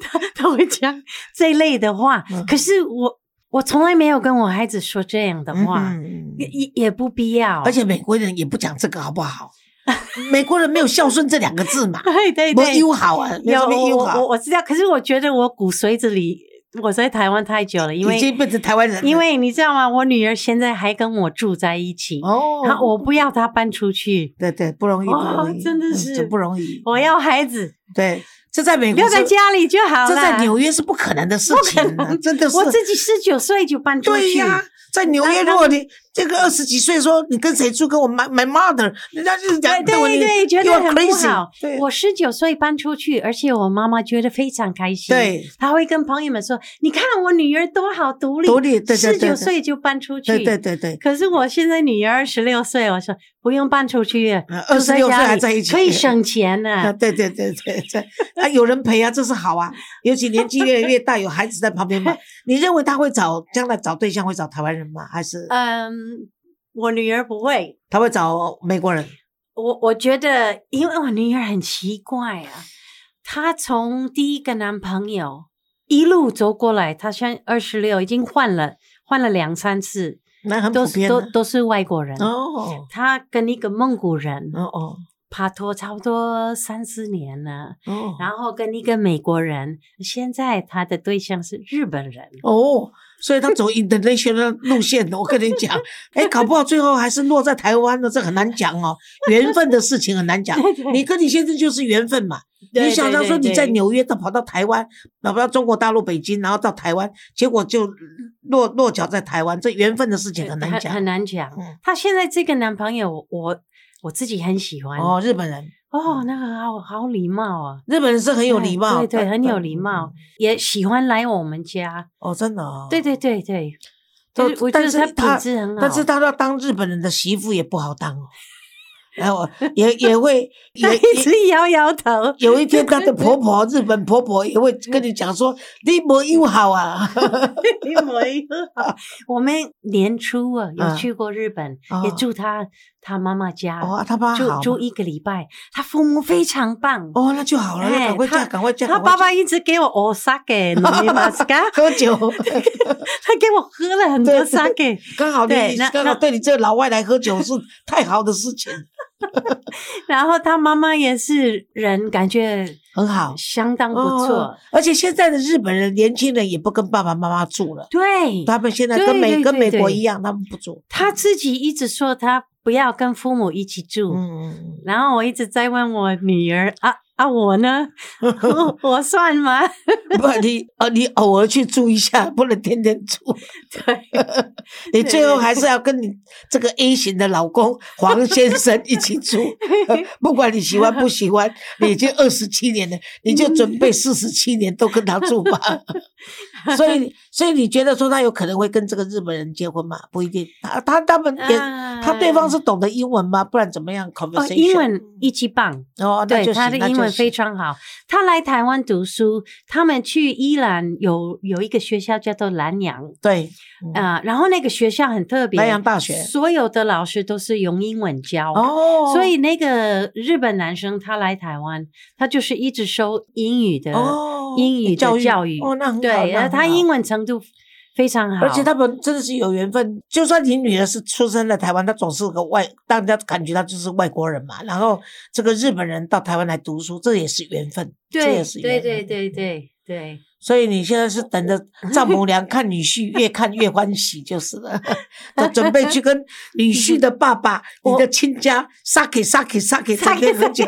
Speaker 2: 她她会讲这类的话。
Speaker 1: 嗯
Speaker 2: 可是我我从来没有跟我孩子说这样的话，
Speaker 1: 嗯嗯
Speaker 2: 也也也不必要。，
Speaker 1: 而且美国人也不讲这个，好不好？ 美国人没有孝顺这两个字嘛
Speaker 2: 对 对
Speaker 1: 没
Speaker 2: 对，
Speaker 1: 友好啊，没
Speaker 2: 有
Speaker 1: 什么
Speaker 2: 我
Speaker 1: 友
Speaker 2: 我我
Speaker 1: 好，
Speaker 2: 我知道，可是我觉得我骨髓子里，我在台湾太久了，因
Speaker 1: 已
Speaker 2: 为
Speaker 1: 经变成台湾人了。啊
Speaker 2: 因为你知道吗？我女儿现在还跟我住在一起，
Speaker 1: 哦，
Speaker 2: 她我不要她搬出去，
Speaker 1: 对对不容易，不
Speaker 2: 哦
Speaker 1: 容易，
Speaker 2: 真的
Speaker 1: 嗯
Speaker 2: 是
Speaker 1: 这不容易。
Speaker 2: 我要孩子
Speaker 1: 对，这在美国
Speaker 2: 留在
Speaker 1: 是，
Speaker 2: 家里就好了。
Speaker 1: 这在纽约是不可能的事情啊，真的是。
Speaker 2: 我自己十九岁就搬出
Speaker 1: 对
Speaker 2: 去，
Speaker 1: 呀、在纽约，
Speaker 2: 那
Speaker 1: 如果你这个二十几岁说你跟谁住，跟我 my my mother，人家就是讲
Speaker 2: 对对对，觉得很不好。
Speaker 1: 我
Speaker 2: 我十九岁搬出去，而且我妈妈觉得非常开心。。
Speaker 1: 对
Speaker 2: 她会跟朋友们说：“你看我女儿多好独立，
Speaker 1: 独立，对对
Speaker 2: 十
Speaker 1: 对
Speaker 2: 九岁就搬出去。
Speaker 1: 对对对对，
Speaker 2: 可是我现在女儿十六岁，我说不用搬出去，
Speaker 1: 二十六岁还在一起，
Speaker 2: 可以省钱呢、
Speaker 1: 啊，对对对对对，啊，有人陪啊，这是好啊，尤其年纪越来越大，有孩子在旁边 嘛，你认为他会找将来找对象会找台湾人吗？还是
Speaker 2: 嗯，我女儿不会，
Speaker 1: 他会找美国人？
Speaker 2: 我我觉得，因为我女儿很奇怪啊，她从第一个男朋友一路走过来，她现在二十六，已经换了换了两三次，
Speaker 1: 那很
Speaker 2: 都
Speaker 1: 普
Speaker 2: 是
Speaker 1: 遍
Speaker 2: 都
Speaker 1: 的
Speaker 2: 都是外国人。
Speaker 1: 哦
Speaker 2: 她跟一个蒙古人
Speaker 1: 哦哦
Speaker 2: 拍拖差不多三四年了。
Speaker 1: 哦，
Speaker 2: 然后跟一个美国人，现在他的对象是日本人。
Speaker 1: 哦，所以他 走 international 路线的，我跟你讲，哎，搞不好最后还是落在台湾的，这很难讲 哦，缘分的事情很难讲。你跟你先生就是缘分嘛，
Speaker 2: 对
Speaker 1: 你想
Speaker 2: 对
Speaker 1: 到
Speaker 2: 对
Speaker 1: 说你
Speaker 2: 对
Speaker 1: 在纽约，到跑到台湾，跑到中国大陆北京，然后到台湾，结果就落落脚在台湾，这缘分的事情很难
Speaker 2: 很
Speaker 1: 讲。
Speaker 2: 难讲
Speaker 1: 嗯。
Speaker 2: 他现在这个男朋友，我我自己很喜欢
Speaker 1: 哦，日本人，
Speaker 2: 哦，那个好好礼貌啊，
Speaker 1: 日本人是很有礼貌，嗯
Speaker 2: 对对，很有礼貌，也喜欢来我们家。
Speaker 1: 哦，真的哦，
Speaker 2: 对对对对，
Speaker 1: 都
Speaker 2: 就是我觉
Speaker 1: 但
Speaker 2: 得
Speaker 1: 是
Speaker 2: 他
Speaker 1: 他
Speaker 2: 品质很好，
Speaker 1: 但是他要当日本人的媳妇也不好当 哦，然后也也会
Speaker 2: 他
Speaker 1: 也
Speaker 2: 一
Speaker 1: 也
Speaker 2: 直摇摇头。
Speaker 1: 有一天，她的婆 婆，日本婆婆也会跟你讲说：“你没友好 啊。
Speaker 2: 因为我们年初啊有
Speaker 1: 嗯
Speaker 2: 去过日本，
Speaker 1: 哦
Speaker 2: 也住他他妈妈”家，
Speaker 1: 哦，他爸好
Speaker 2: 住
Speaker 1: 嘛
Speaker 2: 住一个礼拜。他父母非常棒，
Speaker 1: 哦，那就好了，那
Speaker 2: 哎
Speaker 1: 赶快嫁，
Speaker 2: 他
Speaker 1: 赶快嫁。
Speaker 2: 他
Speaker 1: 赶快
Speaker 2: 爸
Speaker 1: 嫁
Speaker 2: 爸一直给我 o s a k 你马斯卡，
Speaker 1: 喝 酒，
Speaker 2: 他给我喝了很多
Speaker 1: 对
Speaker 2: sake，
Speaker 1: 刚好
Speaker 2: 对
Speaker 1: 你
Speaker 2: 那
Speaker 1: 刚好
Speaker 2: 那
Speaker 1: 对你这个老外来喝酒是太好的事情，
Speaker 2: 然后他妈妈也是人，感觉
Speaker 1: 很好，
Speaker 2: 相嗯当不错
Speaker 1: 哦。。而且现在的日本人年轻人也不跟爸爸妈妈住了，
Speaker 2: 对，
Speaker 1: 他们现在
Speaker 2: 对
Speaker 1: 跟美
Speaker 2: 对
Speaker 1: 跟美
Speaker 2: 对
Speaker 1: 国
Speaker 2: 对
Speaker 1: 一样，他们不住。
Speaker 2: 他自己一直说他不要跟父母一起住，
Speaker 1: 嗯嗯嗯。
Speaker 2: 然后我一直在问我女儿啊。啊，我 呢， 我算吗？
Speaker 1: 不，你呃，你偶尔去住一下，不能天天住。
Speaker 2: 对，
Speaker 1: 你最后还是要跟你这个 A 型的老公黄先生一起住，不管你喜欢不喜欢，你已经二十七年了，你就准备四十七年都跟他住吧。 所以，所以你觉得说他有可能会跟这个日本人结婚吗？不一定，他他他们 也、他对方是懂得英文吗？不然怎么样 conversation？、
Speaker 2: 嗯哦，英文一级棒，
Speaker 1: 哦，那
Speaker 2: 对
Speaker 1: 就行
Speaker 2: 他的
Speaker 1: 那
Speaker 2: 英
Speaker 1: 就
Speaker 2: 文
Speaker 1: 行
Speaker 2: 非常好。他来台湾读书，他们去伊朗有有一个学校叫做南洋，
Speaker 1: 对，嗯
Speaker 2: 啊，然后那个学校很特别，
Speaker 1: 南洋大学
Speaker 2: 所有的老师都是用英文教。
Speaker 1: 哦，
Speaker 2: 所以那个日本男生他来台湾，他就是一直收英语的，
Speaker 1: 哦
Speaker 2: 英语的
Speaker 1: 教育
Speaker 2: 教育
Speaker 1: 哦，那很好，
Speaker 2: 对，
Speaker 1: 那
Speaker 2: 呃，
Speaker 1: 很
Speaker 2: 他
Speaker 1: 好
Speaker 2: 英文程度非常好，
Speaker 1: 而且他们真的是有缘分，就算你女儿是出生在台湾，她总是个外，让人家感觉她就是外国人嘛。然后这个日本人到台湾来读书，这也是缘分，这
Speaker 2: 对
Speaker 1: 也是
Speaker 2: 对
Speaker 1: 缘分
Speaker 2: 对对。对对，
Speaker 1: 所以你现在是等着丈母娘看女 婿，越看越欢喜就是了。都准备去跟
Speaker 2: 嗯
Speaker 1: 女婿的爸爸、你的亲家撒给撒给撒 给撒给喝酒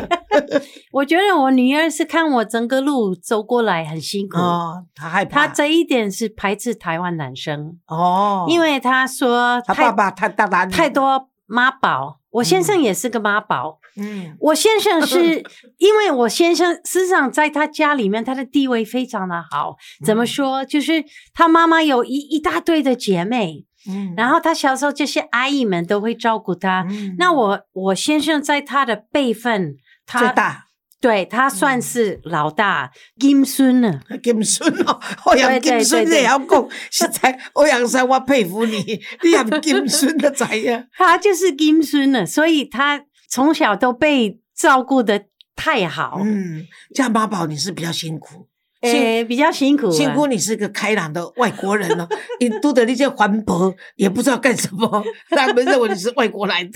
Speaker 2: 我觉得我女儿是看我整个路走过来很辛苦，
Speaker 1: 哦，他害
Speaker 2: 她
Speaker 1: 怕
Speaker 2: 这一点是排斥台湾男生，
Speaker 1: 哦，
Speaker 2: 因为她说
Speaker 1: 他
Speaker 2: 太
Speaker 1: 爸嗯爸太大胆，
Speaker 2: 太，多妈宝，我先生也是个妈宝，
Speaker 1: 嗯，
Speaker 2: 我先生 是因为我先生实际上在他家里面，他的地位非常的好。怎
Speaker 1: 嗯
Speaker 2: 么说？就是他妈妈有一一大堆的姐妹，
Speaker 1: 嗯
Speaker 2: 然后他小时候这些阿姨们都会照顾他。
Speaker 1: 嗯
Speaker 2: 那我我先生在他的辈分，
Speaker 1: 最
Speaker 2: 他
Speaker 1: 大。嗯
Speaker 2: 对他算是老大，金孙呢。
Speaker 1: 金孙 哦，欧阳金孙你
Speaker 2: 对对对
Speaker 1: 会晓讲，实在欧阳生，我佩服你， 你连金孙都知影。
Speaker 2: 他就是金孙呢，所以他从小都被照顾的太好，
Speaker 1: 嗯，像妈宝你是比较辛苦，
Speaker 2: 哦诶、比较辛苦、啊，
Speaker 1: 辛苦你是个开朗的外国人哦， 你读的那些环保也不知道干什么， 让他们认为你是外国来的，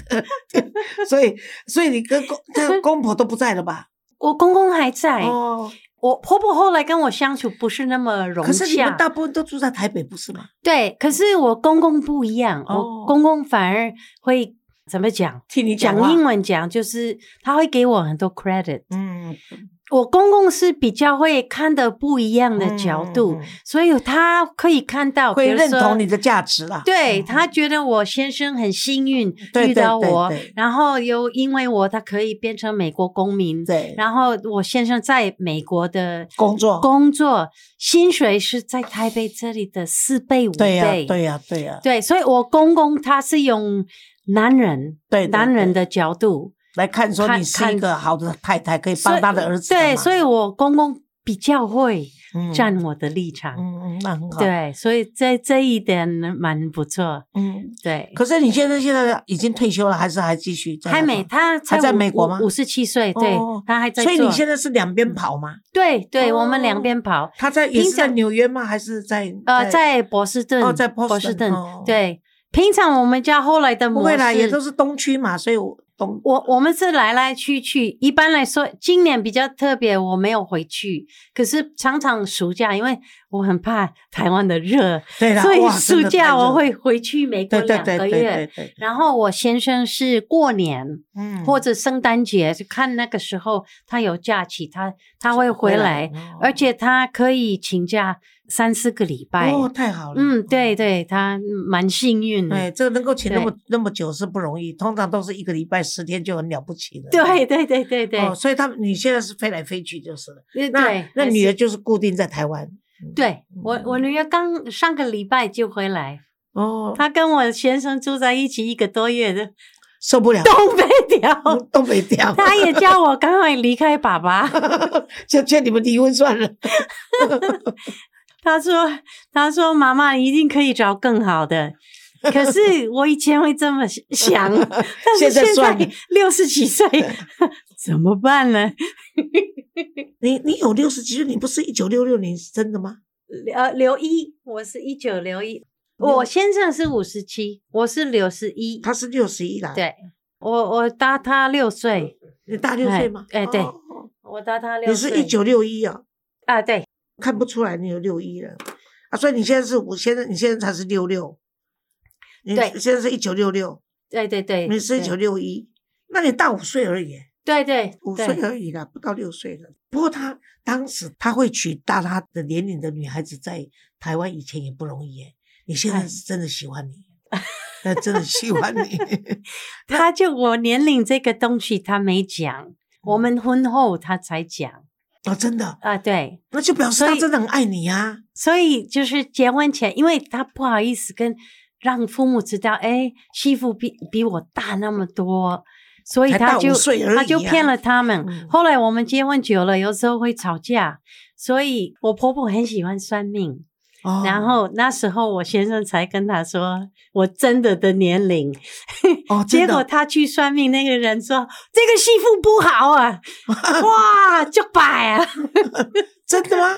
Speaker 1: 所以所以你跟公这个公婆都不在了吧？
Speaker 2: 我公公还在，
Speaker 1: 哦，
Speaker 2: 我婆婆后来跟我相处不是那么融洽。
Speaker 1: 可是你们大部分都住在台北，不是吗？
Speaker 2: 对，可是我公公不一样，
Speaker 1: 哦
Speaker 2: 我公公反而会怎么讲？
Speaker 1: 听你
Speaker 2: 讲
Speaker 1: 话
Speaker 2: 英，文讲就是他会给我很多 credit。
Speaker 1: 嗯，
Speaker 2: 我公公是比较会看的不一样的角度，
Speaker 1: 嗯嗯嗯
Speaker 2: 所以他可以看到，
Speaker 1: 会
Speaker 2: 比如说
Speaker 1: 认同你。的价值啦。
Speaker 2: 对
Speaker 1: 嗯
Speaker 2: 他觉得我先生很幸运
Speaker 1: 对
Speaker 2: 遇到
Speaker 1: 对对
Speaker 2: 我
Speaker 1: 对，
Speaker 2: 然后又因为我，他可以变成美国公民。
Speaker 1: 对，
Speaker 2: 然后我先生在美国的
Speaker 1: 工作
Speaker 2: 工作薪水是在台北这里的四倍五倍，
Speaker 1: 对呀、对呀、对呀、
Speaker 2: 对所以我公公他是用男人
Speaker 1: 对对
Speaker 2: 男人的角度
Speaker 1: 来看说
Speaker 2: 看
Speaker 1: 你是一个好的太太，可以
Speaker 2: 所以
Speaker 1: 帮他的儿子的
Speaker 2: 对，
Speaker 1: 嘛
Speaker 2: 所以我公公比较会
Speaker 1: 嗯
Speaker 2: 站我的立场，
Speaker 1: 嗯嗯，那很好。，
Speaker 2: 对，所以这这一点蛮不错，
Speaker 1: 嗯。
Speaker 2: 对。
Speaker 1: 可是你现在现在已经退休了，还是还继续在那
Speaker 2: 还
Speaker 1: 边？
Speaker 2: 没，他才
Speaker 1: 还在美国吗
Speaker 2: 五十七岁，对
Speaker 1: 哦，
Speaker 2: 他还在
Speaker 1: 所以你
Speaker 2: 做嗯
Speaker 1: 现在是两边跑吗？
Speaker 2: 对对，我们
Speaker 1: 哦
Speaker 2: 两边跑，
Speaker 1: 他在也是在
Speaker 2: 平常
Speaker 1: 纽约吗？还是在
Speaker 2: 呃，在波士顿，
Speaker 1: 哦在
Speaker 2: 波士
Speaker 1: Boston，
Speaker 2: 顿
Speaker 1: 哦，
Speaker 2: 对。平常我们家后来的
Speaker 1: 不
Speaker 2: 模
Speaker 1: 会啦，
Speaker 2: 式，
Speaker 1: 也都是东区嘛，所以我东
Speaker 2: 我我们是来来去去。一般来说，今年比较特别，我没有回去。可是常常暑假，因为我很怕台湾的热，
Speaker 1: 对 啦，
Speaker 2: 所以
Speaker 1: 哇真
Speaker 2: 暑
Speaker 1: 的
Speaker 2: 假
Speaker 1: 太热
Speaker 2: 我会回去美国
Speaker 1: 对对
Speaker 2: 两
Speaker 1: 对
Speaker 2: 个
Speaker 1: 对对
Speaker 2: 月。
Speaker 1: 对，
Speaker 2: 然后我先生是过年
Speaker 1: 嗯
Speaker 2: 或者圣诞节，就看那个时候他有假期，他他会回来，，
Speaker 1: 哦
Speaker 2: 而且他可以请假三四个礼拜。
Speaker 1: 哦太好了，
Speaker 2: 嗯，对对，他蛮幸运的。
Speaker 1: 哎，这个能够请那
Speaker 2: 嗯对
Speaker 1: 么那么久是不容易，通常都是一个礼拜十天就很了不起了。
Speaker 2: 对对对对对，
Speaker 1: 哦，所以他们你现在是飞来飞去就是了。
Speaker 2: 对
Speaker 1: 那
Speaker 2: 对
Speaker 1: 那
Speaker 2: 还
Speaker 1: 女
Speaker 2: 是
Speaker 1: 儿就是固定在台湾。嗯
Speaker 2: 对我我女儿刚上个礼拜就回来，
Speaker 1: 哦，
Speaker 2: 她跟我先生住在一起一个多月的
Speaker 1: 受不了，
Speaker 2: 东北调，
Speaker 1: 东北调，
Speaker 2: 她也叫我赶快离开爸爸。
Speaker 1: 就劝你们离婚算了。
Speaker 2: 她说她说妈妈一定可以找更好的。可是我以前会这么想， 但是
Speaker 1: 现在
Speaker 2: 现在
Speaker 1: 算了
Speaker 2: 六十几岁， 怎么办呢？
Speaker 1: 你你有六十几岁，你不是一九六六年生的吗？
Speaker 2: 呃，刘一，我是一九刘一，我先生是五十七，我是六十一，
Speaker 1: 他是六十一啦，
Speaker 2: 对我我大他六岁，
Speaker 1: 你大六岁吗？
Speaker 2: 哎哎对
Speaker 1: 哦哦
Speaker 2: 我大他六
Speaker 1: 你
Speaker 2: 岁，
Speaker 1: 是一九六一啊，
Speaker 2: 啊，对，
Speaker 1: 看不出来你有六一了啊，所以你现在是我现在你现在才是六六，你
Speaker 2: 对
Speaker 1: 现在是一九六六，
Speaker 2: 对对对，
Speaker 1: 你是一九
Speaker 2: 对
Speaker 1: 六一，那你大五岁而已。
Speaker 2: 对对
Speaker 1: 五岁
Speaker 2: 对，
Speaker 1: 而已啦，不到六岁了。不过他当时他会娶大他的年龄的女孩子，在台湾以前也不容易耶。你现在
Speaker 2: 哎
Speaker 1: 是真的喜欢你，那真的喜欢你。
Speaker 2: 他就我年龄这个东西他没
Speaker 1: 嗯
Speaker 2: 讲， 我们婚后他才讲
Speaker 1: 哦，真的，
Speaker 2: 啊，对。
Speaker 1: 那就表示他
Speaker 2: 所以
Speaker 1: 真的很爱你啊。
Speaker 2: 所以就是结婚前，因为他不好意思跟让父母知道，哎，媳妇比比我大那么多，所以
Speaker 1: 才
Speaker 2: 他
Speaker 1: 大
Speaker 2: 就、
Speaker 1: 五岁而已啊
Speaker 2: 他就骗了他们。
Speaker 1: 嗯
Speaker 2: 后来我们结婚久了，有时候会吵架，所以我婆婆很喜欢算命。
Speaker 1: 哦，
Speaker 2: 然后那时候我先生才跟他说我真的的年龄，
Speaker 1: 哦，真
Speaker 2: 结
Speaker 1: 的
Speaker 2: 果他去算命，那个人说这个媳妇不好 啊，哇，就摆啊， 哎
Speaker 1: 真的吗？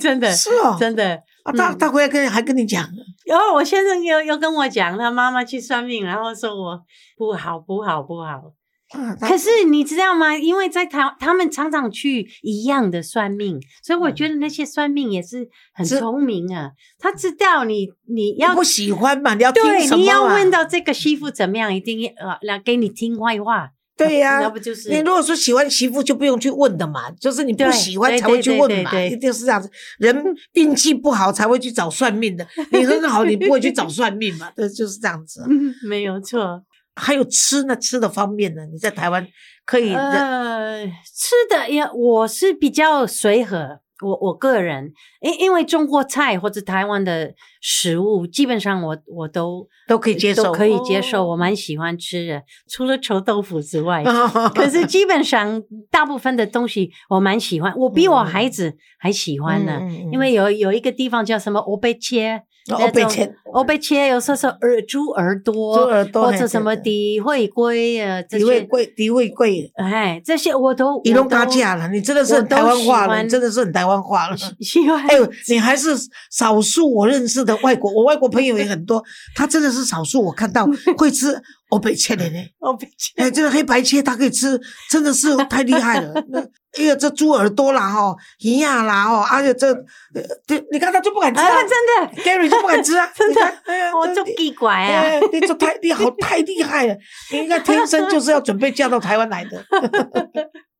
Speaker 2: 真的
Speaker 1: 是哦，
Speaker 2: 真的。
Speaker 1: 啊，他
Speaker 2: 嗯
Speaker 1: 他回来跟还跟你讲，
Speaker 2: 然后我先生又又跟我讲，他妈妈去算命，然后说我不好，不好，不好。
Speaker 1: 啊，他
Speaker 2: 可是你知道吗？因为在台，他们常常去一样的算命，所以我觉得那些算命也是很
Speaker 1: 嗯是
Speaker 2: 聪明啊。他知道你你要
Speaker 1: 不喜欢嘛，你要听
Speaker 2: 对
Speaker 1: 什么？啊
Speaker 2: 你要问，到这个媳妇怎么样，一定要呃来给你听坏话。
Speaker 1: 对呀、
Speaker 2: 那不就是
Speaker 1: 你如果说喜欢媳妇，就不用去问的嘛，就是你不
Speaker 2: 对
Speaker 1: 喜欢
Speaker 2: 对
Speaker 1: 才会
Speaker 2: 对
Speaker 1: 去
Speaker 2: 对
Speaker 1: 问
Speaker 2: 对
Speaker 1: 嘛，
Speaker 2: 对嗯
Speaker 1: 一定是这样子。人运气不好才会去找算命的，你很好，你不会去找算命 嘛，对，就是这样子。啊
Speaker 2: 嗯没有错。
Speaker 1: 还有吃呢，吃的方面呢，你在台湾可以的，
Speaker 2: 呃，吃的也我是比较随和，我我个人，因因为中国菜或者台湾的食物，基本上我我都
Speaker 1: 都可以接受，
Speaker 2: 都可以接受，
Speaker 1: 哦
Speaker 2: 我蛮喜欢吃的，除了臭豆腐之外。
Speaker 1: 哦
Speaker 2: 可是基本上大部分的东西我蛮喜欢，我比我孩子还喜欢呢，
Speaker 1: 嗯嗯嗯
Speaker 2: 因为有有一个地方叫什么欧贝切，
Speaker 1: 哦
Speaker 2: 那
Speaker 1: 被
Speaker 2: 种
Speaker 1: 切
Speaker 2: 欧贝切有时候是耳猪耳朵，
Speaker 1: 猪耳朵
Speaker 2: 或
Speaker 1: 嘿
Speaker 2: 者
Speaker 1: 对
Speaker 2: 什么
Speaker 1: 对
Speaker 2: 底会龟啊，这
Speaker 1: 敌畏
Speaker 2: 些，
Speaker 1: 贵，敌畏贵，
Speaker 2: 哎，这些我都
Speaker 1: 你
Speaker 2: 我
Speaker 1: 都嘎架了，你真的是
Speaker 2: 我
Speaker 1: 很台
Speaker 2: 都
Speaker 1: 湾
Speaker 2: 喜
Speaker 1: 话了，你
Speaker 2: 欢
Speaker 1: 真的是很台湾话了。
Speaker 2: 喜欢
Speaker 1: 哎呦，你还是少数我认识的外国，我外国朋友也很多，他真的是少数我看 到会吃欧北切的呢。
Speaker 2: 欧贝 切，
Speaker 1: 哎，这个黑白切他可以吃，真的是太厉害了。那哎呀，这猪耳朵啦，吼，鱼呀啦，吼，而且这，呃对，你看他就不敢吃啊
Speaker 2: 啊，真的，
Speaker 1: ，Gary 就不敢吃啊，
Speaker 2: 真的
Speaker 1: 你看，哎呀
Speaker 2: 我
Speaker 1: 这
Speaker 2: 就
Speaker 1: 你
Speaker 2: 奇怪啊
Speaker 1: 哎，，你这太你好太厉害了，你应该天生就是要准备嫁到台湾来的。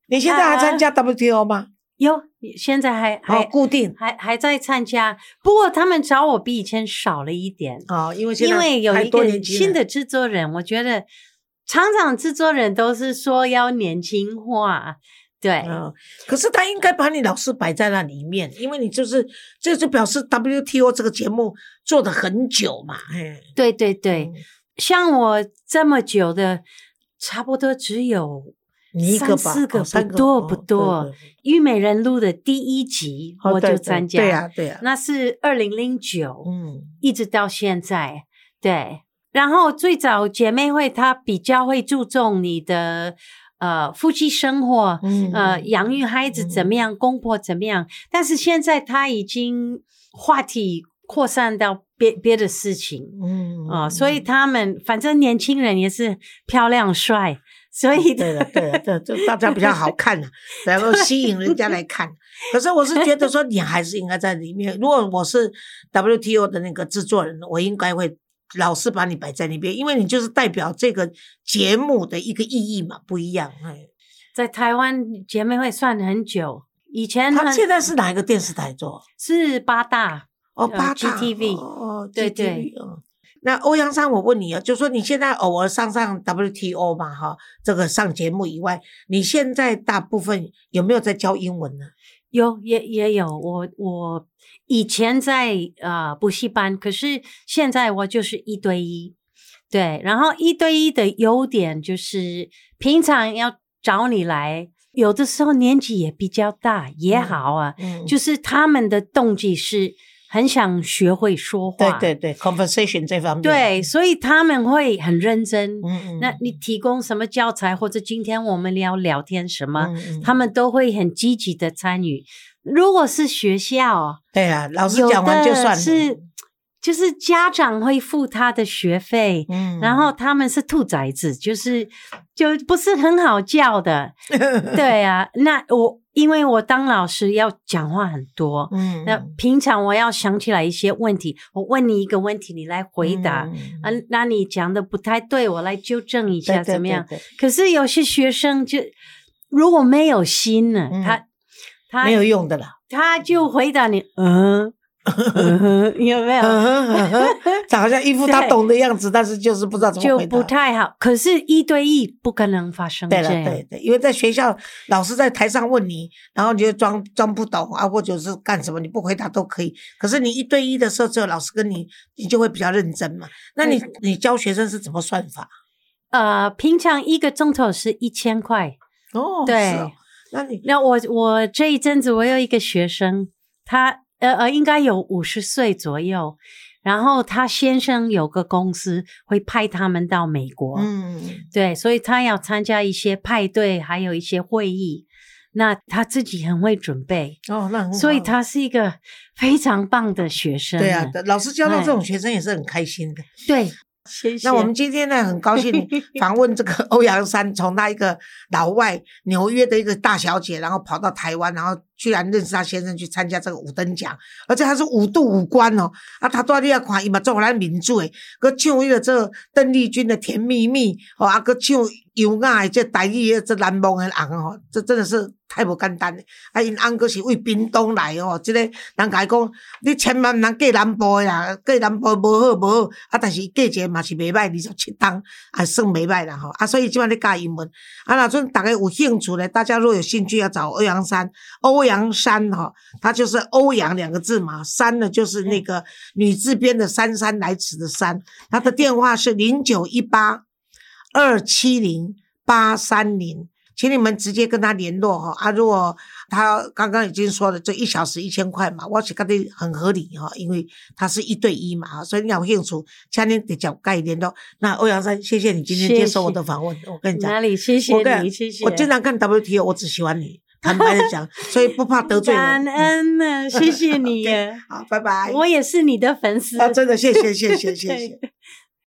Speaker 1: 你现在还参
Speaker 2: 啊
Speaker 1: 加 WTO 吗？
Speaker 2: 哟，现在还
Speaker 1: 好，
Speaker 2: 还
Speaker 1: 固定
Speaker 2: 还还在参加，不过他们找我比以前少了一点，
Speaker 1: 哦，因为现在
Speaker 2: 因为有
Speaker 1: 还
Speaker 2: 一
Speaker 1: 多
Speaker 2: 个
Speaker 1: 年轻
Speaker 2: 新
Speaker 1: 人
Speaker 2: 的制作人，我觉得厂长制作人都是说要年轻化，对，
Speaker 1: 嗯，可是他应该把你老师摆在那里面，因为你就是这就表示 WTO 这个节目做的很久嘛，嘿，
Speaker 2: 对对
Speaker 1: 嗯
Speaker 2: 对，像我这么久的，差不多只有
Speaker 1: 你一个吧，
Speaker 2: 三四个
Speaker 1: 哦三
Speaker 2: 不
Speaker 1: 个
Speaker 2: 多
Speaker 1: 哦
Speaker 2: 不
Speaker 1: 对
Speaker 2: 多
Speaker 1: 对
Speaker 2: 玉美人录的第一集，
Speaker 1: 哦
Speaker 2: 我
Speaker 1: 对
Speaker 2: 就
Speaker 1: 对
Speaker 2: 参加，
Speaker 1: 对呀对呀，
Speaker 2: 那是二零零九，
Speaker 1: 嗯，
Speaker 2: 一直到现在，对。然后最早姐妹会，她比较会注重你的呃夫妻生活，
Speaker 1: 嗯
Speaker 2: 呃，养育孩子怎么样，公婆怎么样。但是现在她已经话题扩散到别别的事情，
Speaker 1: 嗯
Speaker 2: 哦，所以他们反正年轻人也是漂亮帅，所以
Speaker 1: 哦对了，对了，对，就大家比较好看了，然后吸引人家来看。可是我是觉得说，你还是应该在里面。如果我是 WTO 的那个制作人，我应该会老是把你摆在那边，因为你就是代表这个节目的一个意义嘛，不一样。哎，
Speaker 2: 在台湾姐妹会算很久，以前
Speaker 1: 他
Speaker 2: 很
Speaker 1: 现在是哪一个电视台做？
Speaker 2: 是八大，
Speaker 1: 哦，
Speaker 2: 呃
Speaker 1: 八大
Speaker 2: GTV
Speaker 1: 哦，哦
Speaker 2: 对对
Speaker 1: GTV 哦那欧阳山，我问你啊，就说你现在偶尔上上 WTO 嘛，哈，这个上节目以外，你现在大部分有没有在教英文呢？
Speaker 2: 有也也有我我以前在呃补习班，可是现在我就是一对一，对，然后一对一的优点就是平常要找你来，有的时候年纪也比较大也
Speaker 1: 嗯
Speaker 2: 好啊，
Speaker 1: 嗯，
Speaker 2: 就是他们的动机是很想学会说
Speaker 1: 对
Speaker 2: 话，
Speaker 1: 对对，conversation 这方面，
Speaker 2: 对所以他们会很认真。
Speaker 1: 嗯，嗯
Speaker 2: 那你提供什么教材，或者今天我们聊聊天什么，
Speaker 1: 嗯嗯
Speaker 2: 他们都会很积极的参与。如果是学校，
Speaker 1: 对啊，老师
Speaker 2: 有
Speaker 1: 讲完就算
Speaker 2: 的
Speaker 1: 了，
Speaker 2: 是就是家长会付他的学费，
Speaker 1: 嗯
Speaker 2: 然后他们是兔崽子，就是就不是很好 叫的。对啊，那我因为我当老师要讲话很多，
Speaker 1: 嗯
Speaker 2: 那平常我要想起来一些问题，我问你一个问题，你来回答。
Speaker 1: 嗯
Speaker 2: 啊，那你讲的不太对，我来纠正一
Speaker 1: 对
Speaker 2: 下，
Speaker 1: 对
Speaker 2: 怎么
Speaker 1: 对
Speaker 2: 样？
Speaker 1: 对
Speaker 2: 可是有些学生就如果没有心呢，
Speaker 1: 嗯
Speaker 2: 他他
Speaker 1: 没有用的 啦。
Speaker 2: 他就回答你，嗯、嗯 哼有没有？
Speaker 1: 这好像一副 他懂的样子，但是就是不知道怎么
Speaker 2: 就
Speaker 1: 回答
Speaker 2: 不。太好。可是，一对一不可能发生这
Speaker 1: 对了，
Speaker 2: 样。
Speaker 1: 对对，因为在学校老师在台上问你，然后你就装装不懂啊，或者是干什么你不回答都可以。可是你一对一的时候，只有老师跟你，你就会比较认真嘛。那你你教学生是怎么算法？
Speaker 2: 呃，平常一个钟头是一千块。
Speaker 1: 哦，
Speaker 2: 对
Speaker 1: 是哦那你
Speaker 2: 那我我这一阵子我有一个学生，他呃呃应该有五十岁左右，然后他先生有个公司会派他们到美国，
Speaker 1: 嗯，
Speaker 2: 对，所以他要参加一些派对，还有一些会议。那他自己很会准备，
Speaker 1: 哦，那很好
Speaker 2: 所以他是一个非常棒的学生。
Speaker 1: 对啊，老师教到
Speaker 2: 哎
Speaker 1: 这种学生也是很开心的。
Speaker 2: 对，谢谢。
Speaker 1: 那我们今天呢，很高 兴访问这个欧阳山，从他一个老外纽约的一个大小姐，然后跑到台湾，然后居然认识他先生去参加这个五等奖，而且他是五度五关哦。啊，他到底要看伊嘛做咱民主诶，佮唱迄个这邓丽君的《甜蜜蜜》哦，啊，佮唱优雅的这台语的这南梦的红哦，这真的是太无简单了。啊，因翁佫是为屏东来的哦，即、个人甲伊讲，你千万毋通嫁南部的啦，嫁南部无好无好，啊，但是嫁一个嘛是袂歹，二十七档也算袂歹啦吼。啊，所以即摆咧教英文，啊，若阵大家有兴趣咧，大家若有兴趣要找欧阳山，欧阳山哈、它就是欧阳两个字嘛，山呢就是那个女字边的姗姗来迟的姗，他的电话是零九一八二七零八三零，请你们直接跟他联络哈、啊，如果他刚刚已经说了，这一小时一千块嘛，我是觉得很合理哈、因为他是一对一嘛哈，所以你有兴趣，请你直接跟他联络。那欧阳山，谢谢你今天接受我的访问，我跟你讲
Speaker 2: 哪。里？谢谢
Speaker 1: 我跟
Speaker 2: 你，谢谢。
Speaker 1: 我经常看 WTO，我只喜欢 你，坦白的讲，所以不怕得罪
Speaker 2: 感
Speaker 1: 人。嗯哎
Speaker 2: 恩啊 呢，谢谢你耶，啊
Speaker 1: 好，拜拜。哦
Speaker 2: 我也是你的粉丝。
Speaker 1: 呃 啊，真的，谢谢，谢谢，谢谢。